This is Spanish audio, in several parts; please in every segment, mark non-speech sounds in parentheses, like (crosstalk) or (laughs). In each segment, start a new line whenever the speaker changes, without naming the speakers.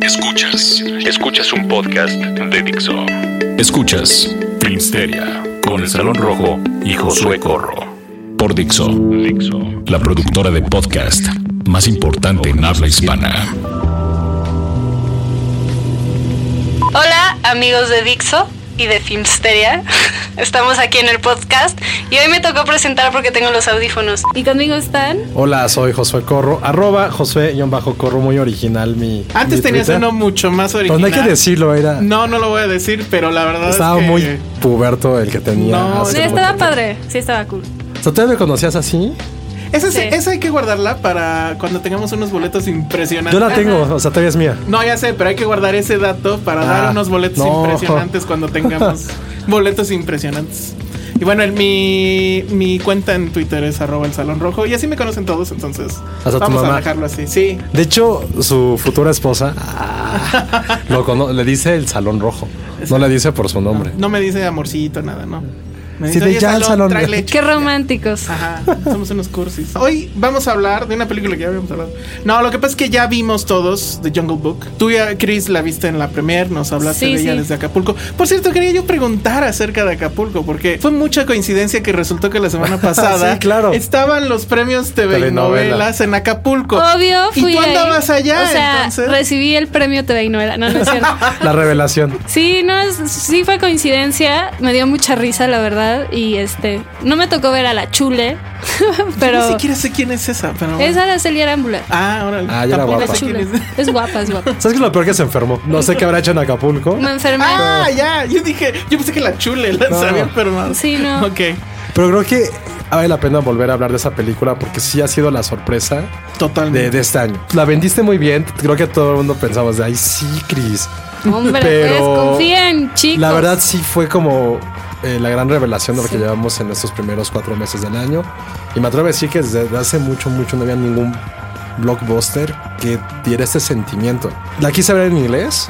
Escuchas, escuchas un podcast de Dixo. Escuchas Filmsteria con el Salón Rojo y Josué Corro. Por Dixo, la productora de podcast más importante en habla hispana.
Hola amigos de Dixo y de Filmsteria. (laughs) Estamos aquí en el podcast y hoy me tocó presentar porque tengo los audífonos. Y conmigo están...
Hola, soy Josué Corro, arroba Josué-Corro, muy original mi.
Antes
mi
tenías
Twitter.
uno mucho más
Pues
original.
no hay que decirlo, era.
No, no lo voy a decir, pero la verdad
estaba
es que
muy puberto el que tenía.
No,
Sí,
hace mucho
estaba
tiempo.
padre, sí estaba cool.
O sea, ¿Tú me conocías así?
Esa,
Sí.
es- esa hay que guardarla para cuando tengamos unos boletos impresionantes.
Yo la tengo, o sea, todavía es mía.
No, ya sé, pero hay que guardar ese dato para
Ah,
dar unos boletos
no.
impresionantes
(laughs)
cuando tengamos boletos impresionantes. Y bueno, el- mi, mi cuenta en Twitter es arroba el salón rojo y así me conocen todos, entonces
Hasta tu
vamos
mamá.
a dejarlo así. Sí,
De hecho, su futura esposa ah, lo cono- le dice el Salón Rojo. No le dice por su nombre.
no me dice amorcito, nada, no. Me
Sí, de
"Oye,
ya al salón".
trae leche".
Qué románticos.
Ajá, somos unos cursis. Hoy vamos a hablar de una película que ya habíamos hablado. No, lo que pasa es que ya vimos todos The Jungle Book. Tú ya, Chris, la viste en la premier, nos hablaste
Sí,
de ella
sí.
desde Acapulco. Por cierto, quería yo preguntar acerca de Acapulco, porque fue mucha coincidencia que resultó que la semana
(laughs)
pasada
Sí, claro.
estaban los premios TV y
Telenovela.
novelas en Acapulco.
Obvio, fui
¿Y tú
ahí.
andabas allá,
O sea,
entonces?
recibí el premio TV y no era... No, no
(laughs)
es cierto.
La revelación.
Sí, no, es- sí fue coincidencia, me dio mucha risa la verdad y este, no me tocó ver a la chule, (laughs)
Yo Ni
pero
siquiera sé quién es esa, pero...
es Araceli Arámbula.
Ah, órale.
Ah, ya era
Tampoco
La
guapa.
sé quién
chule.
es.
Es guapa, es guapa.
¿Sabes qué es lo peor que se enfermó? No sé qué habrá hecho en Acapulco.
(laughs)
Me enfermé.
Ah, ya, yo dije, yo pensé que la chule la
No.
sabía, pero no.
Sí, no.
Ok,
Pero creo que vale la pena volver a hablar de esa película porque sí ha sido la sorpresa
totalmente.
de, de este año. La vendiste muy bien. Creo que todo el mundo pensamos de ay, sí, Cris.
Hombre, pues
Pero-
confíen, chicos.
La verdad, sí fue como eh, la gran revelación de lo
Sí.
que llevamos en estos primeros cuatro meses del año. Y me atrevo a decir que desde hace mucho, mucho no había ningún blockbuster que diera este sentimiento. La quise ver en inglés.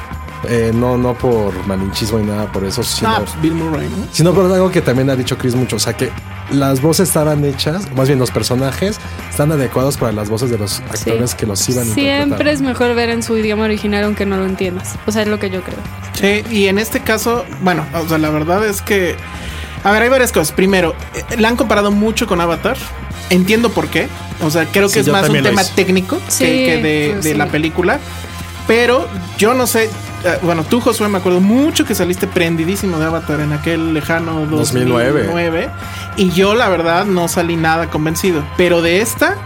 eh, no, no por malinchismo ni nada por eso, sino,
Ah, pues, Bill Murray, ¿no?
sino por algo que también ha dicho Chris mucho. O sea que las voces estaban hechas, o más bien los personajes están adecuados para las voces de los
Sí.
actores que los iban a interpretar.
Siempre es mejor ver en su idioma original aunque no lo entiendas. O sea, es lo que yo creo.
Sí, y en este caso, bueno, o sea, la verdad es que. A ver, hay varias cosas. Primero, eh, la han comparado mucho con Avatar. Entiendo por qué. O sea, creo que
Sí,
es
yo
más un
también lo
tema
hice.
técnico que-
Sí,
que, de,
sí,
de
sí.
la película. Pero yo no sé. eh, Bueno, tú, Josué, me acuerdo mucho que saliste prendidísimo de Avatar en aquel lejano
2009.
2009. Y yo, la verdad, no salí nada convencido. Pero de esta,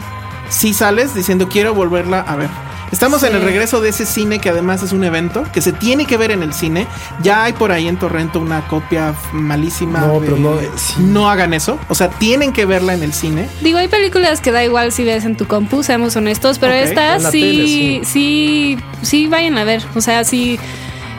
si sales diciendo quiero volverla a ver. Estamos en el
Sí.
regreso de ese cine que además es un evento que se tiene que ver en el cine. Ya hay por ahí en Torrento una copia f- malísima.
No,
de-
pero no, eh, sí.
no hagan eso. O sea, tienen que verla en el cine.
Digo, hay películas que da igual si ves en tu compu, seamos honestos, pero
Ok,
esta
en la
sí, sí,
tele, sí.
sí, vayan a ver. O sea, si,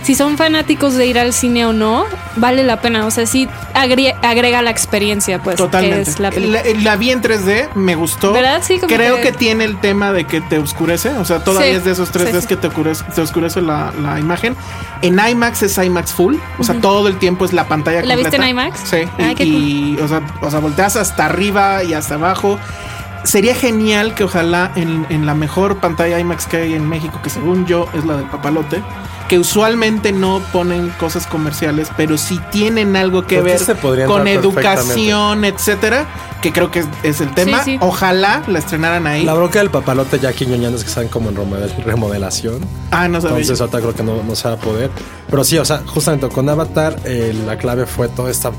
si son fanáticos de ir al cine o no, vale la pena. O sea, sí agrie- agrega la experiencia, pues,
Totalmente.
que es la película.
la, la vi en 3D, me gustó.
¿Verdad? Sí, como
Creo
que-
que... tiene el tema de que te oscurece. O sea, todavía
Sí,
es de esos
sí,
3 d
sí.
que te oscurece, te oscurece la, la imagen. En IMAX es IMAX full. O sea, todo el tiempo es la pantalla
¿La viste
completa.
en IMAX?
Sí. Y-
Ay, qué
y, o, sea, o sea, volteas hasta arriba y hasta abajo. Sería genial que ojalá en, en la mejor pantalla IMAX que hay en México, que según yo es la del papalote, que usualmente no ponen cosas comerciales, pero sí tienen algo que
Creo que
ver
Pues se podría
con
entrar
educación, etcétera, que creo que es, es el tema.
Sí, sí.
Ojalá la estrenaran ahí.
La bronca del papalote ya aquí ñoñando es que están como en remodel- remodelación.
ah, no sabía.
Entonces ahorita creo que no, no se va a poder. Pero sí, o sea, justamente con Avatar eh, la clave fue toda esta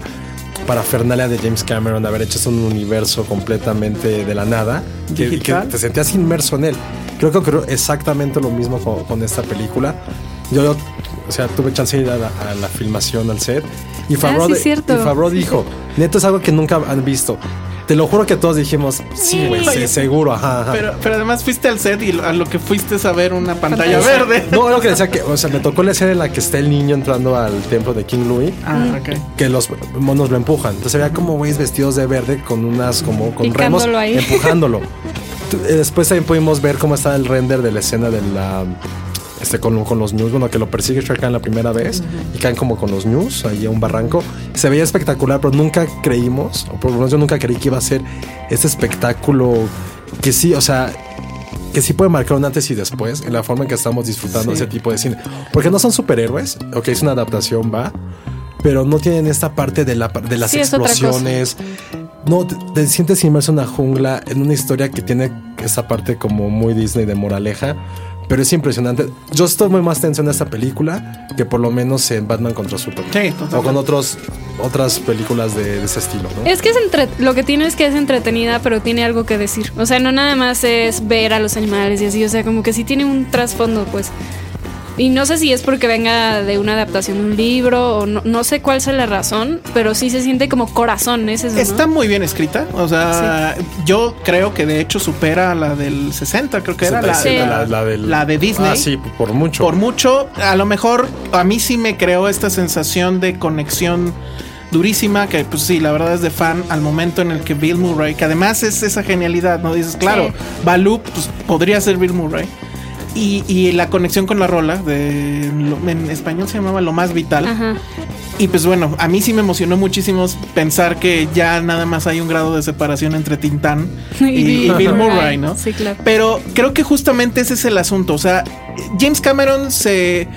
parafernalia de James Cameron, de haber hecho esto en un universo completamente de la nada, que, que
Digital.
te sentías inmerso en él. Creo que ocurrió exactamente lo mismo con, con esta película. Yo, yo, o sea, tuve chance de ir a la, a la filmación, al set, y Favreau,
Ah, sí,
de-
cierto.
y Favreau
Sí,
dijo, neto es algo que nunca han visto. Te lo juro que todos dijimos, sí, güey,
Oye,
sí, seguro, ajá, ajá.
Pero, pero además fuiste al set y lo- a lo que fuiste es a ver una pantalla
Pantalla.
verde.
(laughs) No, lo que decía que, o sea, me tocó la escena en la que está el niño entrando al templo de King Louis,
Ah, ok.
que los monos lo empujan. Entonces había como güeyes vestidos de verde con unas como con
Picándolo
remos
ahí.
empujándolo. Tu- eh, Después también pudimos ver cómo estaba el render de la escena de la este con, con los news, bueno, que lo persigue Shrek Khan la primera vez y caen como con los news ahí a un barranco. Se veía espectacular, pero nunca creímos, o por lo menos yo nunca creí que iba a ser este espectáculo que sí, o sea, que sí puede marcar un antes y después en la forma en que estamos disfrutando ese tipo de cine. Porque no son superhéroes, ok, es una adaptación, va, pero no tienen esta parte de, la, de las
Sí, es otra cosa.
explosiones. No, te, te sientes inmerso en una jungla, en una historia que tiene esa parte como muy Disney de moraleja. Pero es impresionante. Yo estoy muy más tenso en esta película que por lo menos en Batman contra Superman.
Sí, totalmente.
o con otros, otras películas de, de ese estilo, ¿no?
Es que es entre- lo que tiene es que es entretenida, pero tiene algo que decir. O sea, no nada más es ver a los animales y así. O sea, como que sí tiene un trasfondo, pues. Y no sé si es porque venga de una adaptación de un libro o no, no sé cuál sea la razón, pero sí se siente como corazón, ese es eso, ¿no?
Está muy bien escrita. O sea, yo creo que de hecho supera a la del 60, creo que era la,
67,
la-
del-
la de Disney.
Ah, sí, por mucho.
Por mucho, a lo mejor a mí sí me creó esta sensación de conexión durísima, que pues sí, la verdad es de fan al momento en el que Bill Murray, que además es esa genialidad, ¿no? Dices, claro,
Sí.
Baloo pues, podría ser Bill Murray. Y, y la conexión con la rola, de, lo- en español se llamaba Lo Más Vital.
Ajá.
Y pues bueno, a mí sí me emocionó muchísimo pensar que ya nada más hay un grado de separación entre Tintán (laughs) y,
(laughs)
y Bill Murray, ¿no?
Sí, claro.
Pero creo que justamente ese es el asunto. O sea, James Cameron se.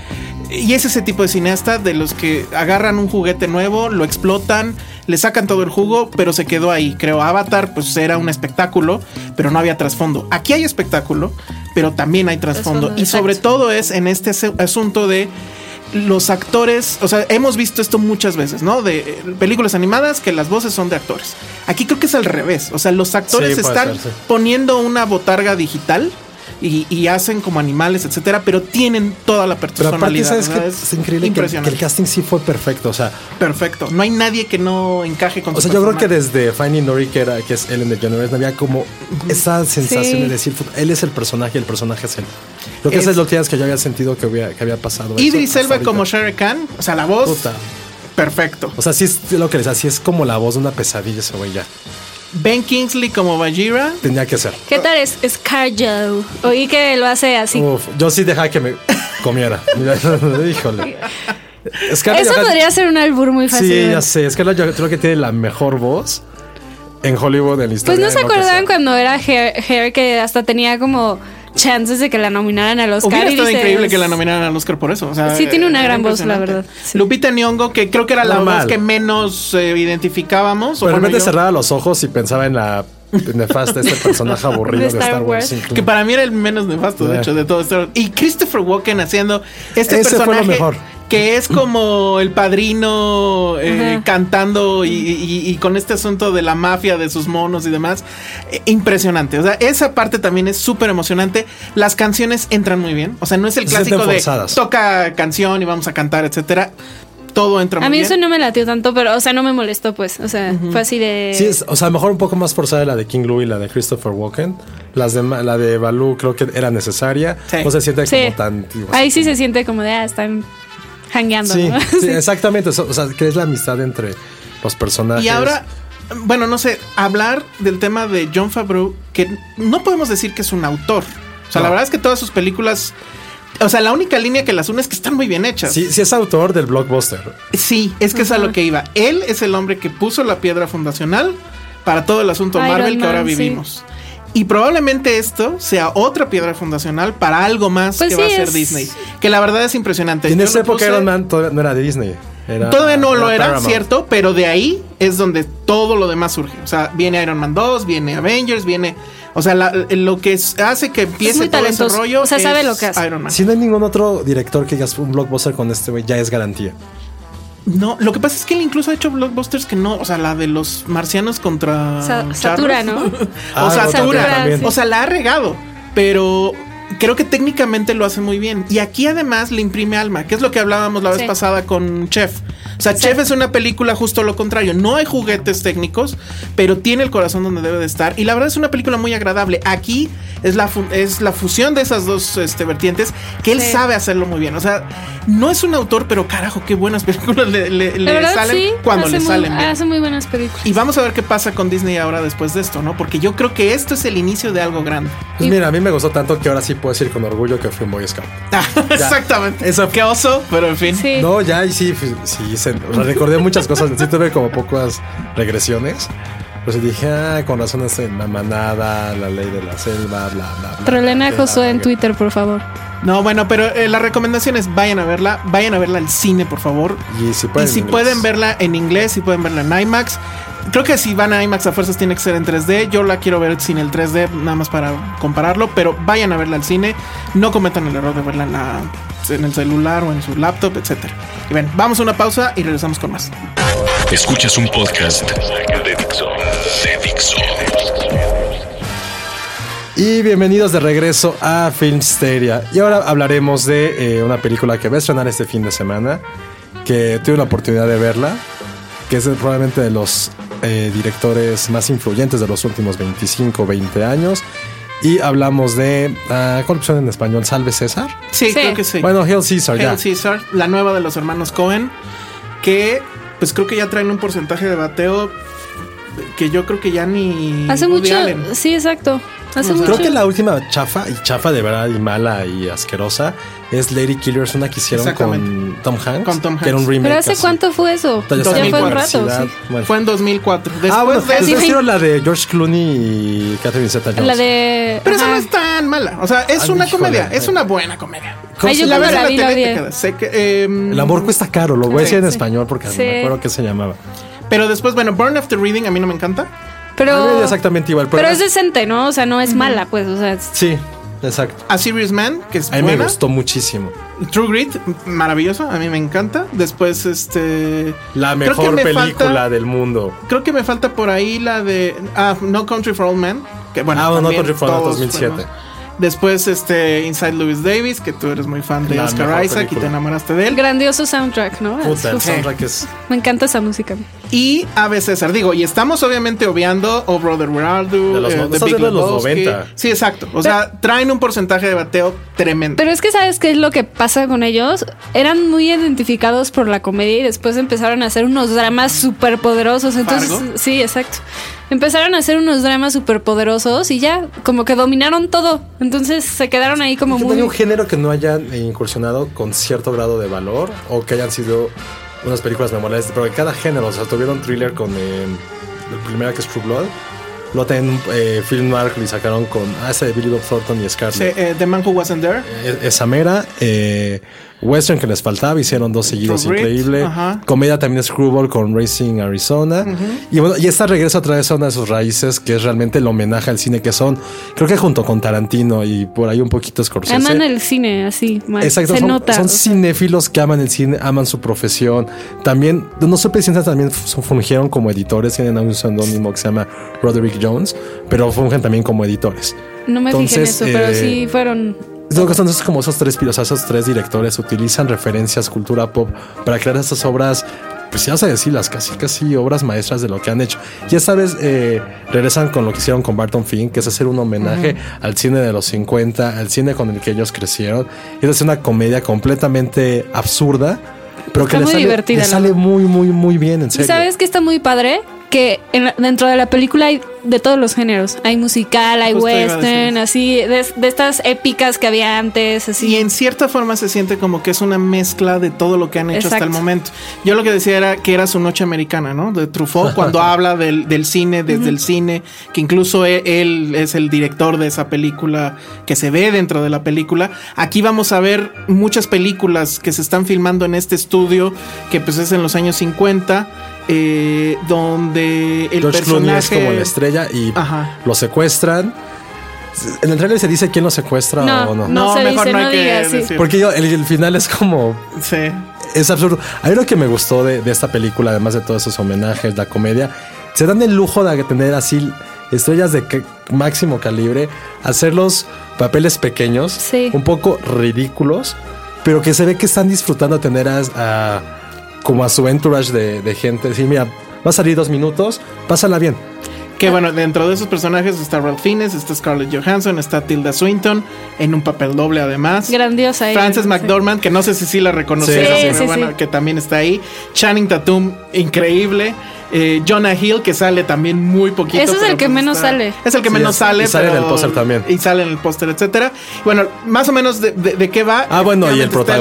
Y es ese tipo de cineasta de los que agarran un juguete nuevo, lo explotan, le sacan todo el jugo, pero se quedó ahí. Creo Avatar, pues era un espectáculo, pero no había trasfondo. Aquí hay espectáculo, pero también hay trasfondo.
Trasfondo,
Y sobre
exacto.
todo es en este asu- asunto de los actores, o sea, hemos visto esto muchas veces, ¿no? De eh, películas animadas que las voces son de actores. Aquí creo que es al revés, o sea, los actores
Sí, puede
están
ser, sí.
poniendo una botarga digital y, y hacen como animales, etcétera, pero tienen toda la
Pero
personalidad.
aparte, ¿sabes
o sea,
que
es
Es increíble que, que
impresionante.
el casting sí fue perfecto. O sea,
Perfecto. No hay nadie que no encaje con
o
su
sea yo creo que
personaje.
desde Finding Dory, que, era, que es Ellen DeGeneres, no había como esa sensación
Sí.
de decir, "Fut- él es el personaje, el personaje es él. Lo que
Es-
es, es lo que es que yo había sentido que, hubiera- que había pasado. eso
Idris
hasta
Elba
ahorita.
como Shere Khan, o sea, la voz,
Puta.
perfecto.
O sea, sí es lo que les hacía, es como la voz de una pesadilla ese güey ya.
Ben Kingsley como Bajira,
Tenía que ser.
¿Qué tal es Scarjo? Oí que lo hace así.
Oh,
Uf, yo sí dejaba que me comiera. (laughs) Híjole. Scarlett
Eso
Johansson-
podría ser un albur muy fácil.
Sí,
¿verdad?
ya sé. Es que yo creo que tiene la mejor voz en Hollywood en la historia.
Pues no se
en lo que
acordaban
sea.
cuando era Hair, Hair que hasta tenía como chances de que la nominaran al Oscar.
Hubiera
y
estado
dices,
increíble que la nominaran al Oscar por eso. o sea,
Sí, tiene una
era
gran voz, la
impresionante.
verdad, sí.
Lupita Nyong'o, que creo que era la
No
voz
mal.
que menos eh, identificábamos. o
Pero de
bueno,
repente
yo-
cerraba los ojos y pensaba en la nefasta, este personaje aburrido de Star, Wars. sí,
Que para mí era el menos nefasto, de
Ya.
hecho, de todo Star Wars. Y Christopher Walken haciendo este
Ese fue lo
personaje
mejor.
que es como el padrino eh,
Ajá.
cantando y, y- y con este asunto de la mafia, de sus monos y demás. Eh, impresionante. O sea, esa parte también es súper emocionante. Las canciones entran muy bien. O sea, no es el
Se sienten
clásico de
forzadas.
toca canción y vamos a cantar, etcétera. Todo entra
A
muy
mí
bien.
eso no me latió tanto, pero, o sea, no me molestó, pues. O sea, fue así de.
Sí, es, o sea, a lo mejor un poco más forzada la de King Louis y la de Christopher Walken. Las de, la de Baloo creo que era necesaria.
Sí.
No se siente
Sí.
como tan... digo,
Ahí sí se siente como de, ah, están hangueando.
Sí,
(laughs) ¿no?
sí, exactamente. O sea, que es la amistad entre los personajes.
Y ahora, bueno, no sé, hablar del tema de John Favreau, que no podemos decir que es un autor. O sea, la
No.
verdad es que todas sus películas, o sea, la única línea que las une es que están muy bien hechas.
Sí, sí es autor del blockbuster.
Sí, es que es a lo que iba. Él es el hombre que puso la piedra fundacional para todo el asunto
Iron
Marvel que ahora
Man, sí.
vivimos. Y probablemente esto sea otra piedra fundacional para algo más
Pues
que
sí,
va a ser
es-
Disney. Que la verdad es impresionante.
En
Yo
esa
lo
época
puse-
Iron Man todavía no era de Disney. era-
Todavía no lo era,
Paramount.
cierto, pero de ahí es donde todo lo demás surge. O sea, viene Iron Man 2, viene Avengers, viene. O sea, la- lo que es- hace que empiece
muy
todo ese
talentoso.
rollo.
O sea, sabe
es
lo que hace.
Iron Man.
Si no hay ningún otro director que digas un blockbuster con este güey, ya es garantía.
No, lo que pasa es que él incluso ha hecho blockbusters que no. O sea, la de los marcianos contra.
Sa-
Charros.
Satura, ¿no?
o
Ah,
sea,
Satura,
Satura.
también.
O sea, la ha regado. Pero creo que técnicamente lo hace muy bien. Y aquí además le imprime alma, que es lo que hablábamos la vez
Sí.
pasada con Chef. O sea, Chef es una película justo lo contrario. No hay juguetes técnicos, pero tiene el corazón donde debe de estar. Y la verdad es una película muy agradable. Aquí es la, fu- es la fusión de esas dos este, vertientes que él
Sí.
sabe hacerlo muy bien. O sea, no es un autor, pero carajo, qué buenas (laughs) películas le, le- le
La verdad,
salen
sí.
cuando le
hace muy- ah,
salen bien.
Hace muy buenas películas.
Y vamos a ver qué pasa con Disney ahora después de esto, ¿no? Porque yo creo que esto es el inicio de algo grande.
Pues mira, a mí me gustó tanto que ahora sí puedo decir con orgullo que fui un Boy Scout.
(laughs) Exactamente. Eso qué oso, pero en fin.
Sí.
No, ya, y sí, pues, sí, se- o sea, recordé muchas cosas. Sí tuve como pocas regresiones. Pues dije, ah, con razón es en la manada, la ley de la selva, bla, bla, bla.
Trolena a
bla,
Josué
bla,
en
bla.
Twitter, por favor.
No, bueno, pero eh, la recomendación es vayan a verla, vayan a verla al cine, por favor.
Y si pueden,
y si
en
pueden
inglés.
verla en inglés, si pueden verla en IMAX. Creo que si van a IMAX a fuerzas tiene que ser en 3D. Yo la quiero ver sin el 3D, nada más para compararlo, pero vayan a verla al cine. No cometan el error de verla en, la- en el celular o en su laptop, etcétera. Y ven, vamos a una pausa y regresamos con más.
Escuchas un podcast de Dixo. De Dixo.
Y bienvenidos de regreso a Filmsteria. Y ahora hablaremos de eh, una película que va a estrenar este fin de semana, que tuve la oportunidad de verla, que es probablemente de los eh, directores más influyentes de los últimos 25, 20 años. Y hablamos de ah, corrupción en español, Salve César.
Sí,
Sí.
creo que sí.
Bueno, Hail Caesar, Oh, ya.
Hail Caesar, la nueva de los hermanos Cohen, que pues creo que ya traen un porcentaje de bateo que yo creo que ya ni
Hace
Woody
mucho.
Allen.
Sí, exacto. Hace mucho.
Creo que la última chafa, y chafa de verdad, y mala y asquerosa, es Lady Killers, una que hicieron con
Exactamente.
Tom Hanks.
Con Tom
Que era un
Hanks.
remake.
¿Pero hace
así.
cuánto fue eso?
Ya
ya
estaba en
fue un
la
rato.
universidad.
sí.
Bueno.
Fue en 2004. Después
Ah, bueno,
de
pues
eso-
sí.
hicieron la de George Clooney y Catherine Zeta Jones.
La de.
pero esa
ajá.
no es tan mala. O sea, es
Ay,
una
híjole.
comedia, es una buena comedia.
Ay, yo
la
cuando
ves en
la
la
vi, la
tele te
odié.
quedas, sé que, eh,
El amor cuesta caro, lo voy a decir en
Sí.
español porque
Sí.
no me acuerdo qué se llamaba.
Pero después, bueno, Burn After Reading a mí no me encanta.
A mí
Pero.
exactamente igual, pero-
Pero, es decente, ¿no? O sea, no es mala, pues. O sea, es-
Sí, exacto.
A Serious Man, que es
A mí
buena.
me gustó muchísimo.
True Grit, maravilloso, a mí me encanta. Después, este.
La
creo que
mejor
me
película
falta-
del mundo.
Creo que me falta por ahí la de ah, No Country for Old Men. Que bueno,
Ah, No
también
Country for Old Men,
todos
2007.
fuimos. Después, este, Inside Louis Davis, que tú eres muy fan de
La mejor
Oscar Isaac y
película.
te enamoraste de
el
él.
grandioso soundtrack, ¿no?
Puta, el
Uf,
soundtrack es.
Me encanta esa música.
Y Ave César, digo, y estamos obviamente obviando Oh Brother Where Are You, Eh,
De los no- estás hablando de los 90.
Sí, exacto. O sea, traen un porcentaje de bateo tremendo.
Pero es que sabes qué es lo que pasa con ellos. Eran muy identificados por la comedia y después empezaron a hacer unos dramas súper poderosos. Entonces,
¿Fargo?
sí, exacto. Empezaron a hacer unos dramas súper poderosos y ya como que dominaron todo. Entonces se quedaron ahí como
Que no hay un
muy...
género que no hayan incursionado con cierto grado de valor o que hayan sido unas películas memorables, pero en cada género, o sea, tuvieron thriller con eh, la primera que es True Blood, luego también eh, Film Noir que le sacaron con ah, esa de Billy Bob Thornton y
Sí,
Scarlett.
eh, The Man Who Wasn't There.
E- Esa mera, eh, Western que les faltaba, hicieron dos seguidos
True Grit,
increíble.
ajá.
Comedia también Screwball con Racing Arizona. Y bueno, y esta regresa otra vez a una de sus raíces, que es realmente el homenaje al cine que son. Creo que junto con Tarantino y por ahí un poquito Scorsese.
Aman el cine así, mal.
Exacto,
se
son,
nota.
son
o sea.
cinéfilos que aman el cine, aman su profesión. También, no sé, presidentes también f- fungieron como editores, tienen a un pseudónimo que se llama Roderick Jones, pero fungen también como editores.
no me fijé en
entonces,
eso, pero
eh,
sí fueron...
Entonces, entonces, como esos tres, o sea, esos tres directores utilizan referencias, cultura pop, para crear estas obras, pues ya se decirlas, casi, casi obras maestras de lo que han hecho. Y esta vez eh, regresan con lo que hicieron con Barton Fink, que es hacer un homenaje al cine de los 50, al cine con el que ellos crecieron. Y es una comedia completamente absurda, pero que
Está
le
muy
sale,
divertida,
le
la
sale muy, muy, muy bien, en
¿Y
serio.
sabes que está muy padre? Que en la- dentro de la película hay de todos los géneros. Hay musical, hay
Justo iba a
western,
decir.
así, de, de estas épicas que había antes, así.
Y en cierta forma se siente como que es una mezcla de todo lo que han hecho hasta
Exacto.
el momento. Yo lo que decía era que era su noche americana, ¿no? De Truffaut,
(laughs)
cuando habla del, del cine, desde el cine, que incluso e- él, es el director de esa película, que se ve dentro de la película. Aquí vamos a ver muchas películas que se están filmando en este estudio, que pues es en los años 50, eh, donde el
George Clooney es
personaje...
como la estrella y
Ajá.
lo secuestran. En el trailer se dice quién lo secuestra
No,
o no.
no. se dice, no
hay que
digas, sí.
decirlo.
Porque yo- el, el final es como.
Sí.
Es absurdo. Hay lo que me gustó de, de esta película, además de todos esos homenajes, la comedia. Se dan el lujo de tener así estrellas de ca- máximo calibre, hacer los papeles pequeños,
Sí.
un poco ridículos, pero que se ve que están disfrutando tener a, a- como a su entourage de, de gente. Sí, mira, va a salir dos minutos, pásala bien.
Que bueno, dentro de esos personajes está Ralph Fiennes, está Scarlett Johansson, está Tilda Swinton, en un papel doble además.
Grandiosa ella,
Frances
sí.
McDormand, que no sé si sí la reconocieron,
Sí, sí,
pero
sí.
bueno,
sí.
que también está ahí. Channing Tatum, increíble. Eh, Jonah Hill, que sale también muy poquito.
Ese es
pero
el que
pues
menos sale.
Es el que
Sí,
menos
es-
sale.
y sale en
pero-
el póster también.
Y sale en el póster, etcétera. Bueno, más o menos de, de- de qué va.
Ah, bueno, y el
Efectivamente está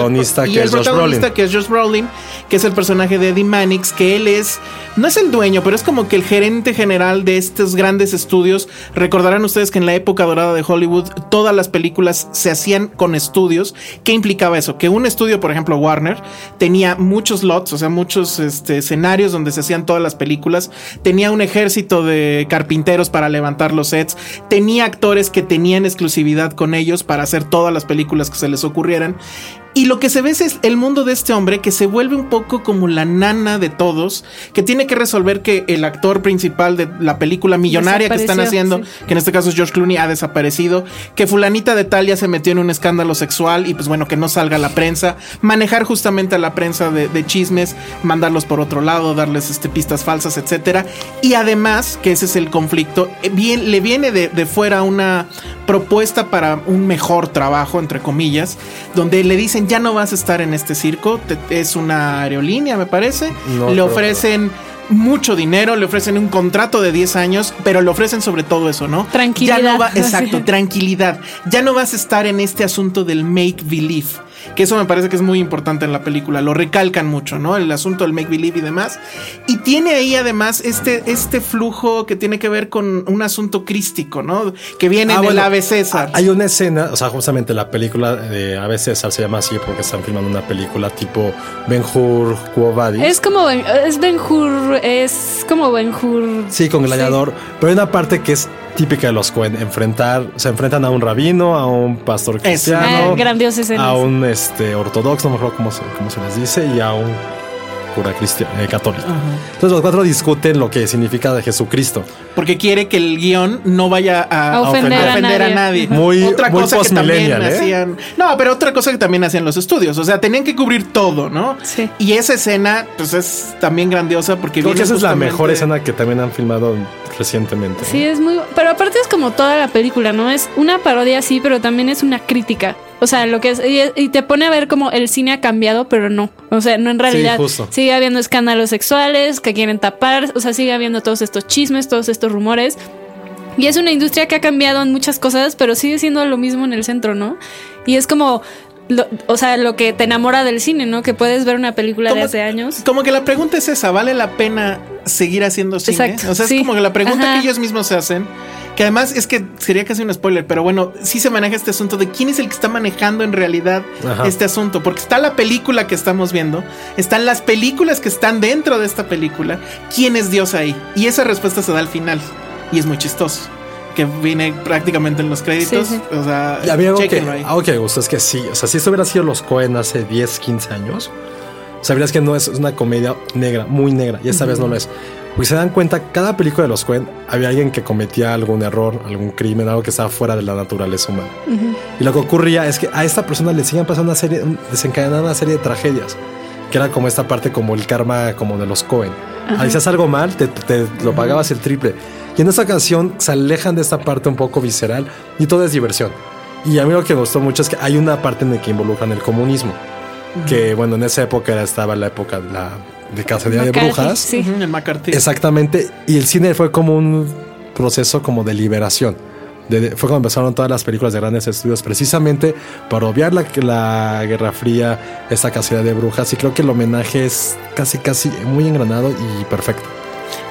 protagonista,
y
que
el
es Josh
protagonista,
Brolin.
que es Josh Brolin, que es el personaje de Eddie Mannix, que él es, no es el dueño, pero es como que el gerente general de estos grandes estudios. Recordarán ustedes que en la época dorada de Hollywood todas las películas se hacían con estudios. ¿Qué implicaba eso? Que un estudio, por ejemplo Warner, tenía muchos lots, o sea, muchos este, escenarios donde se hacían todas las películas. Tenía un ejército de carpinteros para levantar los sets. Tenía actores que tenían exclusividad con ellos para hacer todas las películas que se les ocurrieran. Y lo que se ve es el mundo de este hombre que se vuelve un poco como la nana de todos, que tiene que resolver que el actor principal de la película millonaria que están
Desapareció,
haciendo, que en este caso es George Clooney, ha desaparecido, que fulanita de tal ya se metió en un escándalo sexual y pues bueno, que no salga a la prensa, manejar justamente a la prensa de, de chismes, mandarlos por otro lado, darles este, pistas falsas, etcétera. Y además, que ese es el conflicto, eh, bien, le viene de, de fuera una propuesta para un mejor trabajo, entre comillas, donde le dicen ya no vas a estar en este circo, te- es una aerolínea, me parece,
No,
le
creo que-
ofrecen mucho dinero, le ofrecen un contrato de 10 años, pero le ofrecen sobre todo eso, ¿no?
Tranquilidad.
Ya no va- exacto, tranquilidad. Ya no vas a estar en este asunto del make believe, que eso me parece que es muy importante en la película, lo recalcan mucho, ¿no? El asunto del make believe y demás. Y tiene ahí además este, este flujo que tiene que ver con un asunto crístico, ¿no? Que viene
Ah,
del
bueno,
ave César.
Hay una escena, o sea, justamente la película de A veces se llama así porque están filmando una película tipo Ben Hur, Quo Vadis.
Es como Ben- es Ben Hur, es como Ben Hur.
Sí, con gladiador. Pero hay una parte que es típica de los Cohen. Enfrentar, se enfrentan a un rabino, a un pastor cristiano,
Ah, grandiosa escena
a
esa.
un este ortodoxo, no me acuerdo cómo se, cómo se les dice, y a un cura cristiano, eh, católico. Entonces los cuatro discuten lo que significa de Jesucristo.
Porque quiere que el guión no vaya a,
A ofender
ofender,
a
ofender a
nadie.
nadie.
Muy-
otra
muy
cosa que también
postmillennial, ¿eh?
hacían. No, pero otra cosa que también hacían los estudios. O sea, tenían que cubrir todo, ¿no?
Sí.
Y esa escena, pues es también grandiosa porque.
Creo
viene
que esa es la
justamente-
mejor escena que también han filmado recientemente.
Sí, es muy. Pero aparte es como toda la película, ¿no? Es una parodia, sí, pero también es una crítica. O sea, lo que es. Y, y te pone a ver como el cine ha cambiado, pero no. O sea, no en realidad.
justo.
Sigue habiendo escándalos sexuales que quieren tapar. O sea, sigue habiendo todos estos chismes, todos estos rumores. Y es una industria que ha cambiado en muchas cosas, pero sigue siendo lo mismo en el centro, ¿no? Y es como. lo- o sea, lo que te enamora del cine, ¿no? Que puedes ver una película de
Como-
hace años.
Como que la pregunta es esa: ¿vale la pena seguir haciendo cine?
Exacto,
o sea,
sí.
es como que la pregunta
Ajá.
que ellos mismos se hacen. Que además es que sería casi un spoiler, pero bueno, sí se maneja este asunto de quién es el que está manejando en realidad
Ajá.
este asunto. Porque está la película que estamos viendo, están las películas que están dentro de esta película. ¿Quién es Dios ahí? Y esa respuesta se da al final. Y es muy chistoso. Que viene prácticamente en los créditos.
Sí, sí.
O sea,
Y a mí algo que,
chéquenlo ahí.
algo que me gustó es que sí, o sea, si esto hubiera sido los Cohen hace 10, 15 años, sabrías que no es, es una comedia negra, muy negra, y esta vez no lo es. Pues se dan cuenta, cada película de los Cohen había alguien que cometía algún error, algún crimen, algo que estaba fuera de la naturaleza humana. Y lo que ocurría es que a esta persona le siguen pasando una serie, un- desencadenando una serie de tragedias, que era como esta parte como el karma como de los Cohen. Hacías algo mal, te, te lo pagabas el triple. Y en esta canción se alejan de esta parte un poco visceral y todo es diversión. Y a mí lo que me gustó mucho es que hay una parte en la que involucran el comunismo, que bueno, en esa época era- estaba la época de la de cacería de
McCarthy,
brujas.
Sí.
Ujú, el McCarthy.
Exactamente. Y el cine fue como un proceso como de liberación. De- fue cuando empezaron todas las películas de grandes estudios, precisamente para obviar la, la Guerra Fría, esta cacería de brujas. Y creo que el homenaje es casi, casi muy engranado y perfecto.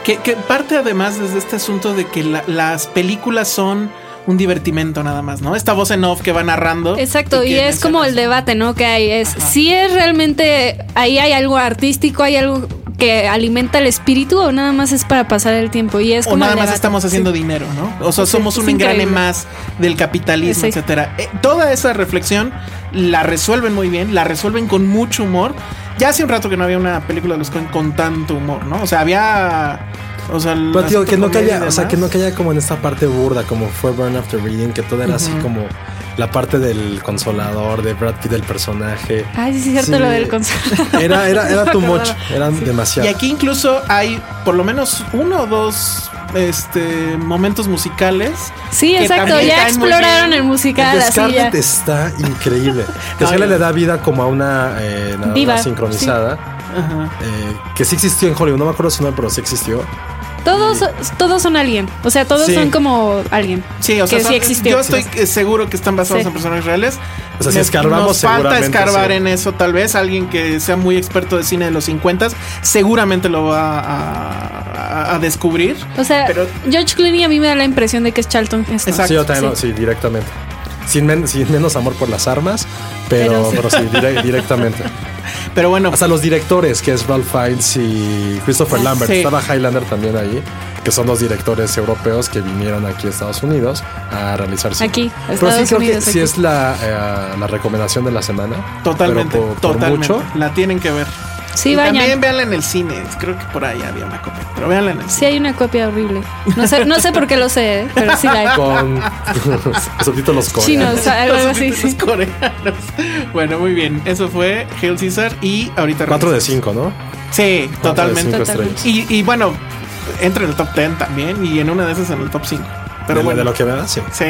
Que, que parte además desde este asunto de que la- las películas son un divertimento nada más, ¿no? Esta voz en off que va narrando.
Exacto, y,
que en
es como el
escenas-
debate, ¿no? Que hay, es si es realmente, ahí hay algo artístico, hay algo que alimenta el espíritu o nada más es para pasar el tiempo y es
O
como
nada
el
más
debate.
estamos haciendo dinero, ¿no? O sea,
Sí,
somos
es
un engrane
increíble.
más del capitalismo,
Sí.
etcétera. Eh, toda esa reflexión la resuelven muy bien, la resuelven con mucho humor. Ya hace un rato que no había una película de los Coen con tanto humor, ¿no? O sea, había. O sea, el
Pero tío, que no
asunto comedia
calla,
y
o sea, que no
demás.
calla como en esta parte burda, como fue Burn After Reading, que todo era así como la parte del consolador, de Brad Pitt, del personaje.
Ay, sí, es cierto
Sí.
lo
(laughs)
del concepto.
Era, era, era
No me
too much,
acordaba.
eran demasiado.
Y aquí incluso hay por lo menos uno o dos este, momentos musicales.
Sí,
que
exacto,
también
ya
caen muy
exploraron
bien.
el
El
musical,
de
así ya.
Scarlett está increíble. Que
Ay,
Scarlett
no.
le da vida como a una eh, nada más
Diva,
sincronizada.
Ajá.
eh, que sí existió en Hollywood, no me acuerdo su nombre, pero sí existió.
Todos, todos son alguien, o sea, todos
Sí.
son como alguien.
Sí, o sea,
que
son-
sí existió.
yo estoy eh, seguro que están basados
Sí.
en personas reales.
O sea, si
Me-
escarbamos,
nos falta
seguramente
escarbar
sí.
en eso, tal vez. Alguien que sea muy experto de cine de los 50 seguramente lo va a, a- a descubrir.
O sea,
Pero-
George Clooney a mí me da la impresión de que es Charlton Heston.
Exacto.
Sí, yo también,
Sí.
sí, directamente. Sin, men- sin menos amor por las armas, pero,
Pero
pero sí, dire- directamente.
Pero bueno,
Hasta los directores, que es Ralph Fiennes y Christopher
Ah,
Lambert.
sí.
Estaba Highlander también ahí, que son dos directores europeos que vinieron aquí a Estados Unidos a realizar cine.
Aquí,
Pero
a
sí
Estados
creo que
Unidos,
sí
aquí.
es la, eh, la recomendación de la semana.
totalmente,
Pero por, por
totalmente.
mucho.
La tienen que ver.
Sí,
y
vayan.
también véanla en el cine. Creo que por ahí había una copia. Pero véanla en el
Sí
cine.
hay una copia horrible. No sé, no sé por qué lo sé, ¿eh? pero sí la
(laughs)
(laughs)
hay.
Con subtítulos coreanos.
Chinos, algo así.
Los coreanos. Bueno, muy bien. Eso fue Hail Caesar y ahorita
4 de
regresamos.
5, ¿no?
Sí,
Cuatro de
totalmente.
cinco
Totalmente.
estrellas.
Y, y bueno, entra en el top 10 también y en una de esas en el top 5. Pero
de,
bueno, Eh.
de lo que me da, sí.
sí,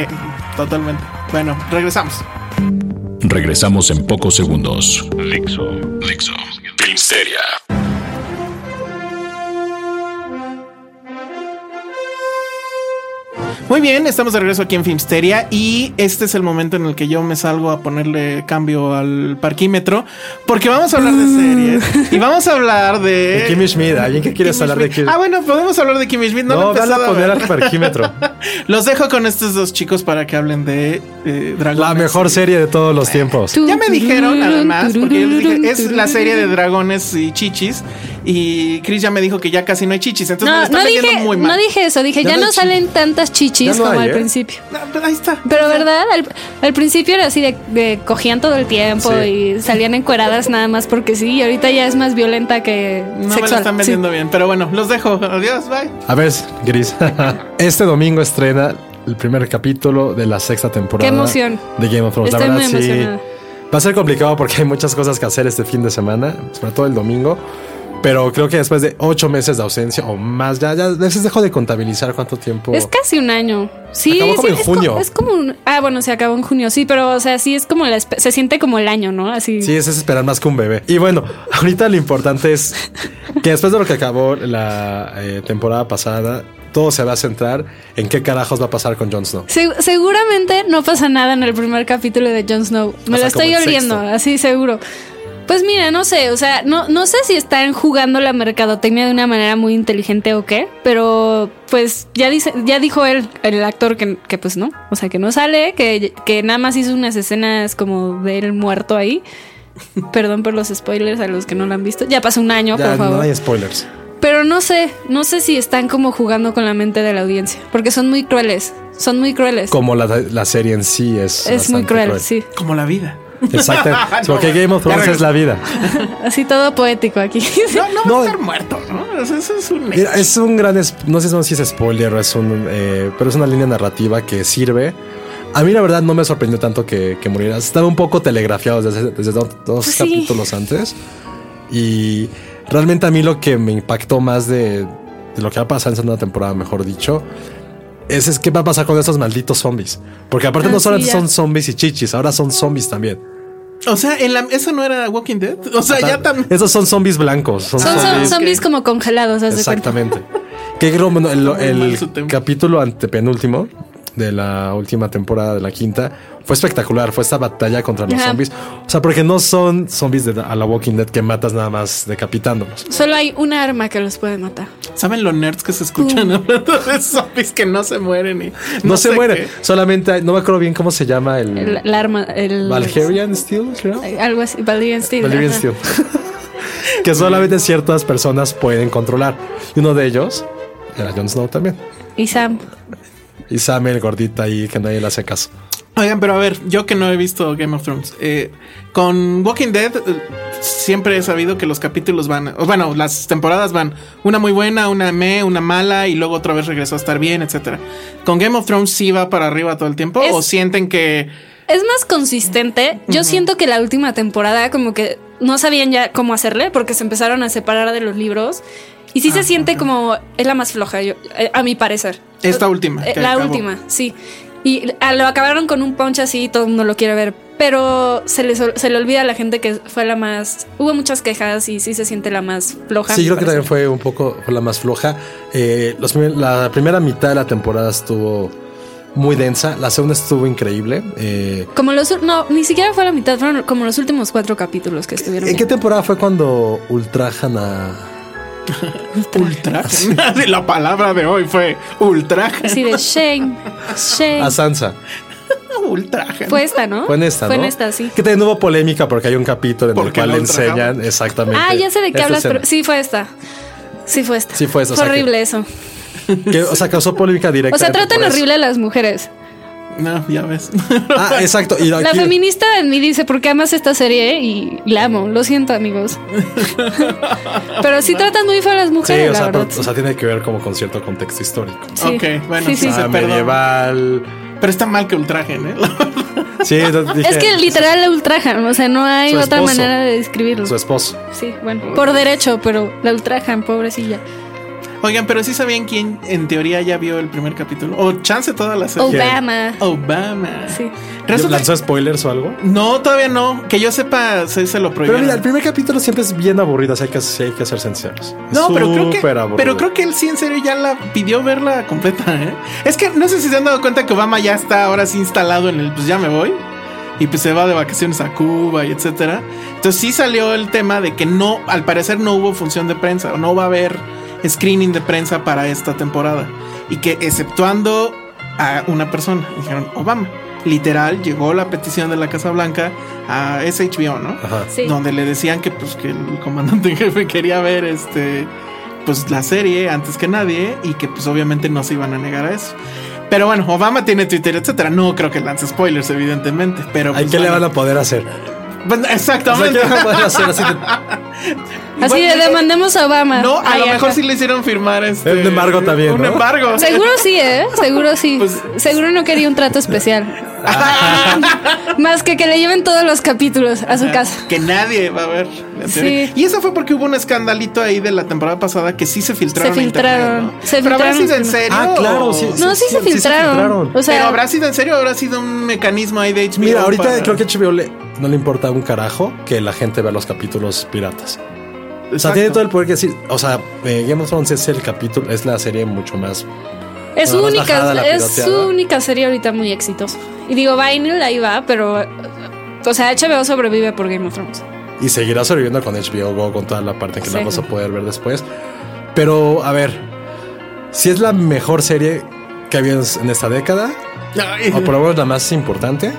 totalmente. Bueno, regresamos.
Regresamos en pocos segundos. Dixo. Dixo. Filmsteria.
Muy bien, estamos de regreso aquí en Filmsteria y este es el momento en el que yo me salgo a ponerle cambio al parquímetro porque vamos a hablar
Mm.
de series y vamos a hablar de.
De Kimmy Schmidt, ¿alguien que quieres
Kimmy
hablar de
Schmidt.
Kimmy?
Ah, bueno, podemos hablar de Kimmy Schmidt. No, lo
No,
he
dale
empezado
a
a
poner
ver.
al
(laughs)
parquímetro.
Los dejo con estos dos chicos para que hablen de eh, Dragones.
La mejor serie de todos los tiempos.
Tú.
Ya me
Mm.
dijeron, además, porque yo les dije, es la serie de dragones y chichis. Y Chris ya me dijo que ya casi no hay chichis. Entonces me lo
No,
están
no
vendiendo
dije,
muy
no
mal.
dije eso, dije,
Ya
ya,
no
no,
hay chi-
salen tantas
Ya
chichis
no
como
hay,
al
¿eh?
principio.
No, pero ahí está.
Pero verdad, al, al principio era así de, de cogían todo el tiempo
Sí.
y salían encueradas nada más porque sí, y ahorita ya es más violenta que
No me la
sexual.
están
sí.
vendiendo bien. Pero bueno, los dejo. Adiós, bye.
A ver, Gris. (laughs) Este domingo estrena el primer capítulo de la sexta temporada.
Qué emoción.
De Game of Thrones.
Estoy
la
muy
verdad, sí.
emocionada.
Va a ser complicado porque hay muchas cosas que hacer este fin de semana, sobre todo el domingo. Pero creo que después de ocho meses de ausencia o más, ya, ya a veces dejo de contabilizar cuánto tiempo.
Es casi un año. Sí,
Acabó como
sí,
en
es co-
junio.
es como un. Ah, bueno, se acabó en junio, sí, pero o sea, sí es como la espe- se siente como el año, ¿no? Así.
Sí, ese es esperar más que un bebé. Y bueno, (laughs) ahorita lo importante es que después de lo que acabó la eh, temporada pasada, todo se va a centrar en qué carajos va a pasar con Jon Snow.
Se- seguramente no pasa nada en el primer capítulo de Jon Snow. Me
O sea,
lo
como
estoy
el
oliendo,
sexto.
así seguro. Pues mira, no sé, o sea, no, no sé si están jugando la mercadotecnia de una manera muy inteligente o qué, pero pues ya dice, ya dijo él, el actor, que, que pues no, o sea, que no sale, que, que nada más hizo unas escenas como del muerto ahí. (laughs) Perdón por los spoilers a los que no lo han visto. Ya pasó un año,
Ya
por favor.
no hay spoilers.
Pero no sé, no sé si están como jugando con la mente de la audiencia, porque son muy crueles, son muy crueles.
Como la, la serie en sí es.
Es muy
bastante
cruel, sí.
Como la vida.
(laughs)
Exacto. porque Game of Thrones es la vida.
Así todo poético aquí.
No, no, va
No.
a estar muerto, ¿no? Eso, eso es un.
Mira, es un gran. es- No sé si es spoiler o es un. eh, pero es una línea narrativa que sirve. A mí, la verdad, no me sorprendió tanto que, que muriera. Estaba un poco telegrafiado desde, desde do- dos
Pues sí.
capítulos antes. Y realmente a mí lo que me impactó más de, de lo que va a pasar en segunda temporada, mejor dicho, es, es qué va a pasar con esos malditos zombies. Porque aparte,
Ah,
no
sí,
solamente
ya.
son zombies y chichis, ahora son zombies también.
O sea, en la- eso no era Walking Dead. O sea, ya también.
Esos son zombies blancos. Son
Ah, Son, son
zombies-
zombies como congelados, haz de cuenta.
Exactamente. Que creo, bueno, el,
Está muy mal
el
su tema.
capítulo antepenúltimo de la última temporada de la quinta fue espectacular. Fue esta batalla contra los
Ajá.
zombies. O sea, porque no son zombies de a la Walking Dead que matas nada más decapitándolos.
Solo hay una arma que los puede matar.
¿Saben los nerds que se
Mm.
escuchan (laughs) hablando de zombies que no se mueren? Y
No, se
sé
mueren.
qué?
Solamente hay- no me acuerdo bien cómo se llama el,
El, la arma. El,
Valharian Steel, creo.
Algo así. Valerian Steel.
Valerian
ajá.
Steel. (laughs) que solamente ciertas personas pueden controlar. Y uno de ellos era Jon Snow también.
Y Sam.
Y Sam, el gordita ahí que nadie le hace caso.
Oigan, pero a ver, yo que no he visto Game of Thrones, eh, con Walking Dead eh, siempre he sabido que los capítulos van, o bueno, las temporadas van una muy buena, una me, una mala y luego otra vez regresó a estar bien, etcétera. Con Game of Thrones sí va para arriba todo el tiempo
Es-
o sienten que
Es más consistente. Yo siento que la última temporada como que no sabían ya cómo hacerle porque se empezaron a separar de los libros. Y
Ah,
sí se siente como es la más floja, yo- eh, a mi parecer.
esta última,
Eh,
que
la
acabó.
última, sí. Y ah, lo acabaron con un punch así y todo el mundo lo quiere ver. Pero se, les, ol- se le olvida a la gente que fue la más... Hubo muchas quejas y sí se siente la más floja.
Sí,
me
creo que
parece.
también fue un poco fue la más floja. Eh, los primer- la primera mitad de la temporada estuvo muy densa. La segunda estuvo increíble. Eh,
Como los... ul- No, ni siquiera fue la mitad, fueron como los últimos cuatro capítulos que estuvieron.
¿En qué
bien.
temporada fue cuando ultrajan a.
(laughs) Ultraje. la palabra de hoy fue ultraje.
Así de shame,
(laughs)
shame.
a Sansa?
Ultraje.
Fue esta, Eh, ¿no?
Fue en esta,
Fue en
¿no?
esta, sí.
Que también hubo polémica porque hay un capítulo en
Porque
el cual
la
le
ultrajaban.
enseñan exactamente.
Ah, ya sé de qué
esta
hablas,
escena.
pero sí fue esta. Sí fue esta.
Sí fue esta, o sea que-
horrible eso.
Que, o sea, causó polémica directa. pues
O sea, tratan horrible a las mujeres.
No, ya ves. (laughs)
Ah, exacto. Y
La
aquí-
feminista en mí dice, ¿por qué amas esta serie? Y la amo, lo
(laughs)
siento amigos. Pero sí tratan muy feo a las
Sí,
mujeres,
o
la
sea, pero-
verdad.
o sea, tiene que ver como con cierto contexto histórico.
Sí.
Ok, bueno,
Sí, sí.
O sea,
se perdona.
medieval.
Pero está mal que ultrajen, ¿eh? (laughs)
Sí,
(laughs)
dije-
Es que literal la ultrajan, o sea, no hay
Su
otra
esposo.
manera de describirlo.
su esposo.
Sí, bueno, por derecho, pero la ultrajan, pobrecilla.
Oigan, pero sí sabían quién en teoría ya vio el primer capítulo. O chance toda la serie.
Obama.
Obama.
Sí.
Resulta
¿Lanzó spoilers o algo?
No, todavía no. Que yo sepa, se, se lo
Pero
prohibieron.
mira, el primer capítulo siempre es bien aburrido, así hay que, sí hay que ser sinceros.
no, pero creo que.
Súper aburrido.
Pero creo que él sí en serio ya la pidió verla completa, ¿eh? Es que no sé si se han dado cuenta que Obama ya está ahora sí instalado en el pues ya me voy. Y pues se va de vacaciones a Cuba y etcétera. Entonces sí salió el tema de que no, al parecer no hubo función de prensa, o no va a haber screening de prensa para esta temporada. Y que exceptuando a una persona, dijeron Obama. Literal, llegó la petición de la Casa Blanca a SHBO, ¿no?
Ajá.
Sí.
donde le decían que pues que el comandante en jefe quería ver este pues la serie antes que nadie y que pues obviamente no se iban a negar a eso. Pero bueno, Obama tiene Twitter, etcétera. No creo que lance spoilers, evidentemente. Pero
Ay,
pues,
¿Qué le van
bueno.
a poder hacer?
Pues, exactamente.
O sea, ¿qué le van a poder hacer? Así
(laughs)
de-
Así
Bueno,
de demandamos a Obama.
No, a
Ay,
lo mejor
ajá.
sí le hicieron firmar este.
Un embargo también,
Un
¿no?
embargo.
Seguro sí, ¿eh? Seguro sí.
Pues-
Seguro no quería un trato especial. Más que que le lleven todos los capítulos a su casa.
Que nadie va a ver. la
Sí.
teoría. Y eso fue porque hubo un escandalito ahí de la temporada pasada que sí se filtraron.
Se
a internet,
filtraron.
¿no?
Se
Pero habrá
filtraron.
sido en serio.
Ah, claro,
o-
sí.
No, sí, se,
sí se
filtraron.
filtraron.
O sea,
pero habrá sido en serio, habrá sido un mecanismo ahí de HBO.
Mira, ahorita
para-
creo que HBO le- no le importa un carajo que la gente vea los capítulos piratas. O sea,
Exacto.
tiene todo el poder que decir. O sea, eh, Game of Thrones es el capítulo, es la serie mucho más.
es su
Nada más
única,
bajada la
es
pirateada.
su única serie ahorita muy exitosa. Y digo, Vinyl ahí va, pero. O sea, HBO sobrevive por Game of Thrones.
Y seguirá sobreviviendo con HBO Go, con toda la parte que la
Sí.
vamos a poder ver después. Pero, a ver, si es la mejor serie que había en en esta década,
Ay.
o por lo menos la más importante.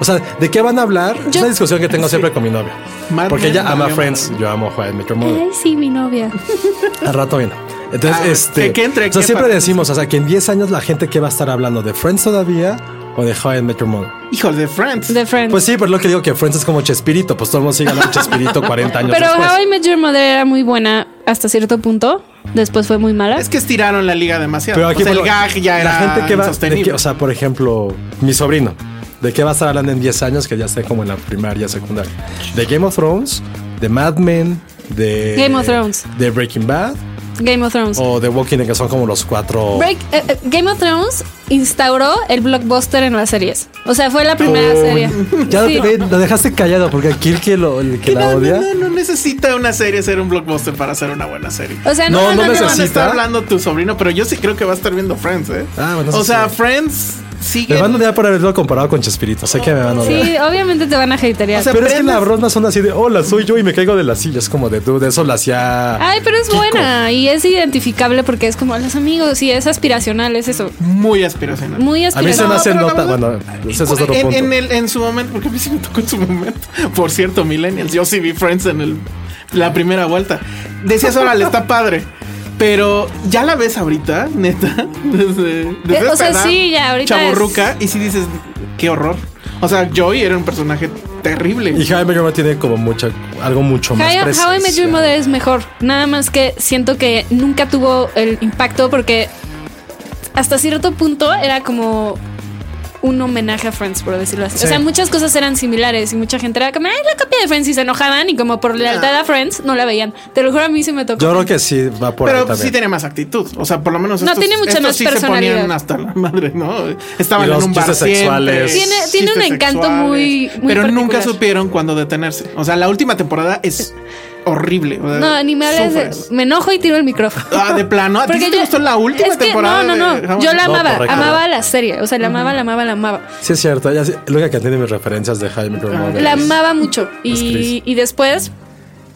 O sea, ¿de qué van a hablar? es
Yo-
una discusión que tengo siempre con mi novia.
Mad
Porque
Men,
ella ama
Mario
Friends, yo amo Juan Metro Mother.
Ay, sí, mi novia.
Al rato viene. Entonces,
Ah,
este.
que- que entre,
o sea,
que
siempre
pa-
decimos, o sea, que en 10 años la gente que va a estar hablando de Friends todavía o de How I Met Your Mother.
Híjole, de Friends.
The Friends.
Pues sí, pero es lo que digo que Friends es como Chespirito, pues todo el mundo sigue hablando de Chespirito 40 años
(laughs) pero
después.
How I Met Your Mother era muy buena hasta cierto punto. Después fue muy mala.
Es que estiraron la liga demasiado.
Pero aquí
O sea, Pues el
bueno,
gag ya
la
era
gente que va, de
insostenible.
que- o sea, por ejemplo, mi sobrino, de qué va a estar hablando en 10 años que ya esté como en la primaria, secundaria. De Game of Thrones, de Mad Men, de
Game of Thrones.
de Breaking Bad.
Game of Thrones.
O The Walking Dead, que son como los cuatro.
Break- eh, eh, Game of Thrones instauró el blockbuster en las series. O sea, fue la
(laughs)
primera serie.
Ya lo-
Sí.
ve, lo dejaste callado porque aquí el que, lo, el que
Que
la
no,
odia.
no, no, no necesita una serie ser un blockbuster para ser una buena serie.
O sea,
No,
no,
no
no, no, no.
Van a
necesito.
estar hablando tu sobrino, pero yo sí creo que va a estar viendo Friends, ¿eh?
Ah, bueno,
o
eso
sea,
sí.
Friends sigue.
Me van a odiar por haberlo comparado con Chespirito. Sé que me van a odiar.
Sí, obviamente te van a hatear.
O sea,
Pero es que
prendes-
las bromas son así de hola, soy yo y me caigo de la silla. Es como de dude, eso lo hacía.
Ay, pero es
Kiko.
buena y es identificable porque es como a los amigos y es aspiracional, es eso.
Muy aspiracional.
Muy
A mí se
aspiracional.
me hace
pero la
nota.
verdad-
Bueno, ese Pues es otro
en,
punto.
En, el, en su momento, porque a mí sí me tocó en su momento. (laughs) Por cierto, Millennials, yo sí vi Friends en el, la primera vuelta. Decías, órale, está padre. Pero ya la ves ahorita, neta. (laughs) Desde, desde
Eh, o
esta
sea,
edad,
sí, ya, ahorita es-
chavorruca, y sí dices, qué horror. O sea, Joey era un personaje terrible.
Y Jaime Gama tiene como mucha, algo mucho más.
How, How I Met
presencia.
Your Mother es mejor. Nada más que siento que nunca tuvo el impacto porque hasta cierto punto era como un homenaje a Friends, por decirlo así.
Sí.
O sea, muchas cosas eran similares y mucha gente era como, ay, la copia de Friends y se enojaban y como por lealtad a Friends no la veían. Te lo juro, a mí se me tocó.
Yo creo que sí va por ahí
Pero
también.
sí tiene más actitud. O sea, por lo menos.
No,
estos-
tiene mucha
estos
más
sí
personalidad.
se ponían hasta la madre, ¿no? Estaban
Y
en
los
un bar
chistes
siempre,
sexuales.
Tiene- tiene un
chistes
encanto
sexuales,
muy- muy
Pero nunca
particular.
supieron cuándo detenerse. O sea, la última temporada es horrible. o sea,
No, ni me hables
sufres.
de... Me enojo y tiro el micrófono.
Ah, de plano. ¿A ti
Porque
sí te
yo-
gustó la última
es que
temporada?
No, no,
de
no.
How I
Yo
Met
la
Your
No,
amaba.
correcto.
amaba la serie. O sea, la amaba, la amaba, la amaba.
Sí, es cierto. Ella, sí- lo única que tiene mis referencias de Jaime Gama Mother
La
es-
amaba mucho.
Es Chris.
Y, y después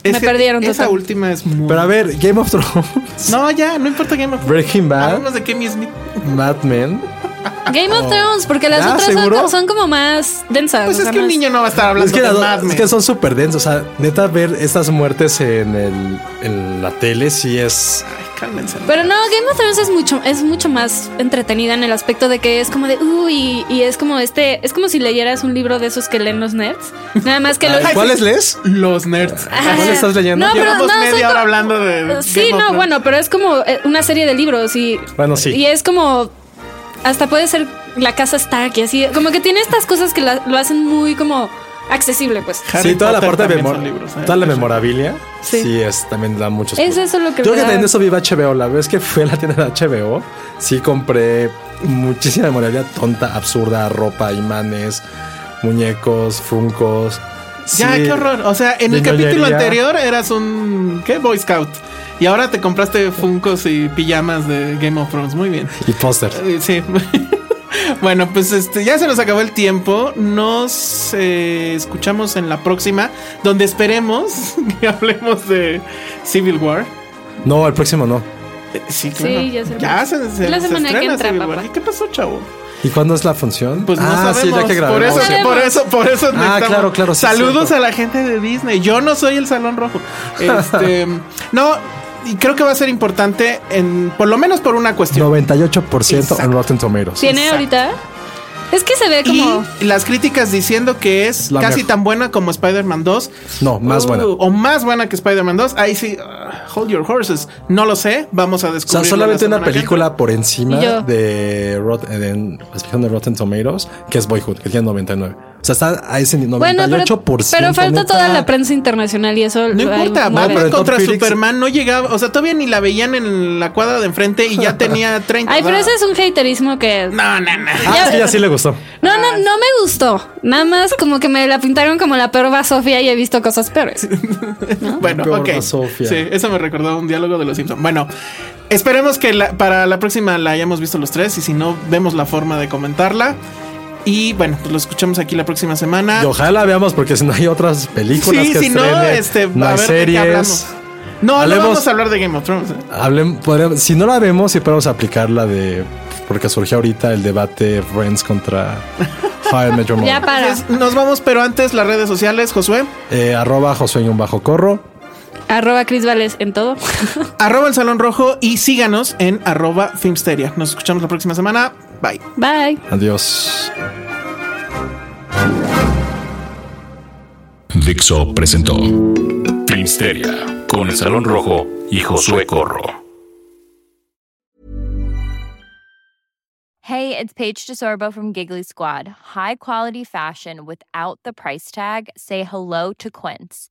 Es
me
que
perdieron
Esa
total.
última es muy.
Pero a ver, Game of Thrones,
no, ya, no importa Game of Thrones.
Breaking Bad.
Hablamos de Kimmy Smith.
(laughs) Mad Men.
ah,
Game of Thrones, porque las
¿Ya?
otras
¿Seguro?
son, son como más densas.
oh. Pues
o
es
sea,
que un
más-
niño no va a estar hablando
Es que,
de
las-
Mad
es
Men.
que son súper densos. O sea, neta, ver estas muertes en, el, en la tele sí es.
Ay, cálmense.
Pero no, Game of Thrones es mucho, es mucho más entretenida en el aspecto de que es como de uy, y es como este, es como si leyeras un libro de esos que leen los nerds. Nada más que lo-
(laughs) Ay,
¿Cuáles
sí.
lees?
Los nerds.
Ajá.
¿Cuál estás leyendo?
No, pero
Llevamos
Ah, no,
media
soy
hora
como-
hablando de.
Sí,
Game of
no,
Thrones.
bueno, pero es como eh, una serie de libros y.
Bueno, sí.
Y es como. Hasta puede ser la casa Stark y así. Como que tiene estas cosas que la- lo hacen muy como accesible, pues.
Harry
sí, toda la
Potter
parte de
también
memor-
son libros, ¿eh?
toda la memorabilia. Sí.
Sí.
es también da muchos.
Es eso lo que
Yo
me
que
da-
también eso viva HBO. La vez que fui a la tienda de HBO, sí compré muchísima memorabilia tonta, absurda, ropa, imanes, muñecos, funcos.
Ya,
Sí.
qué horror. O sea, en el
Ñoñería.
capítulo anterior eras un. ¿Qué? Boy Scout. Y ahora te compraste Funkos y pijamas de Game of Thrones. Muy bien.
Y póster.
Eh, Sí. (laughs) Bueno, pues este, ya se nos acabó el tiempo. Nos eh, escuchamos en la próxima, donde esperemos (laughs) que hablemos de Civil War.
No, el próximo no.
Eh, Sí, claro.
Sí, ya se-
se, se-
la
se
semana que
estrena
entra,
Civil War.
papá.
¿Y ¿Qué pasó, chavo?
¿Y cuándo es la función?
Pues no
ah,
sabemos.
sí, ya que grabamos.
Por eso,
No sabemos.
por eso, por eso. necesitamos-
claro, claro, sí,
Saludos
cierto.
a la gente de Disney. Yo no soy el Salón Rojo.
(laughs)
Este, no, y creo que va a ser importante, en, por lo menos por una cuestión.
98% en
Exacto.
Rotten Tomatoes.
Tiene
Exacto.
ahorita. Es que se ve como.
Y las críticas diciendo que es
La
casi
mejor.
tan buena como Spider-Man 2.
No, más
Uh,
buena. O
O más buena que Spider-Man 2. Ahí sí, uh, hold your horses. No lo sé. Vamos a
sea,
descubrir.
solamente una película por encima
Y yo.
de Rotten, de, de Rotten Tomatoes, que es Boyhood, que tiene 99. O sea, está a ese
Bueno, pero,
98%.
pero falta
neta.
toda la prensa internacional y eso.
No
hay-
importa,
no
Batman
hay-
pero en Top
contra
Felix-
Superman no llegaba, o sea, todavía ni la veían en la cuadra de enfrente y
(laughs)
ya tenía 30.
Ay, pero
o sea,
ese es un haterismo que.
No, no, no.
Ah, es que ya sí le gustó.
No, no, no me gustó. Nada más como que me la pintaron como la peor Sofía y he visto cosas peores.
Bueno,
Gorda
ok.
Sofía.
Sí, eso me recordó un diálogo de los Simpsons. Bueno, esperemos que la- para la próxima la hayamos visto los tres y si no, vemos la forma de comentarla. Y bueno, pues lo escuchamos aquí la próxima semana.
Y ojalá la veamos, porque si no hay otras películas
Sí,
que
si no,
estrene,
este,
no
a
hay
ver de qué hablamos.
series.
No,
Hablemos-
no vamos a hablar de Game of Thrones. ¿eh?
Hablen, podríamos- si no la vemos, sí podemos aplicar la de. Porque surgió ahorita el debate Friends contra How I Met Your Mother.
(laughs) Ya para.
Entonces, nos vamos, pero antes las redes sociales, Josué.
Eh, arroba Josué y un bajo corro.
Arroba Cris Vales en todo. (laughs)
Arroba el Salón Rojo y síganos en arroba Filmsteria. Nos escuchamos la próxima semana. Bye.
Bye.
Adiós.
Dixo presentó Filmsteria con el Salón Rojo y Josué Corro.
Hey, it's Paige DeSorbo from Giggly Squad. High quality fashion without the price tag. Say hello to Quince.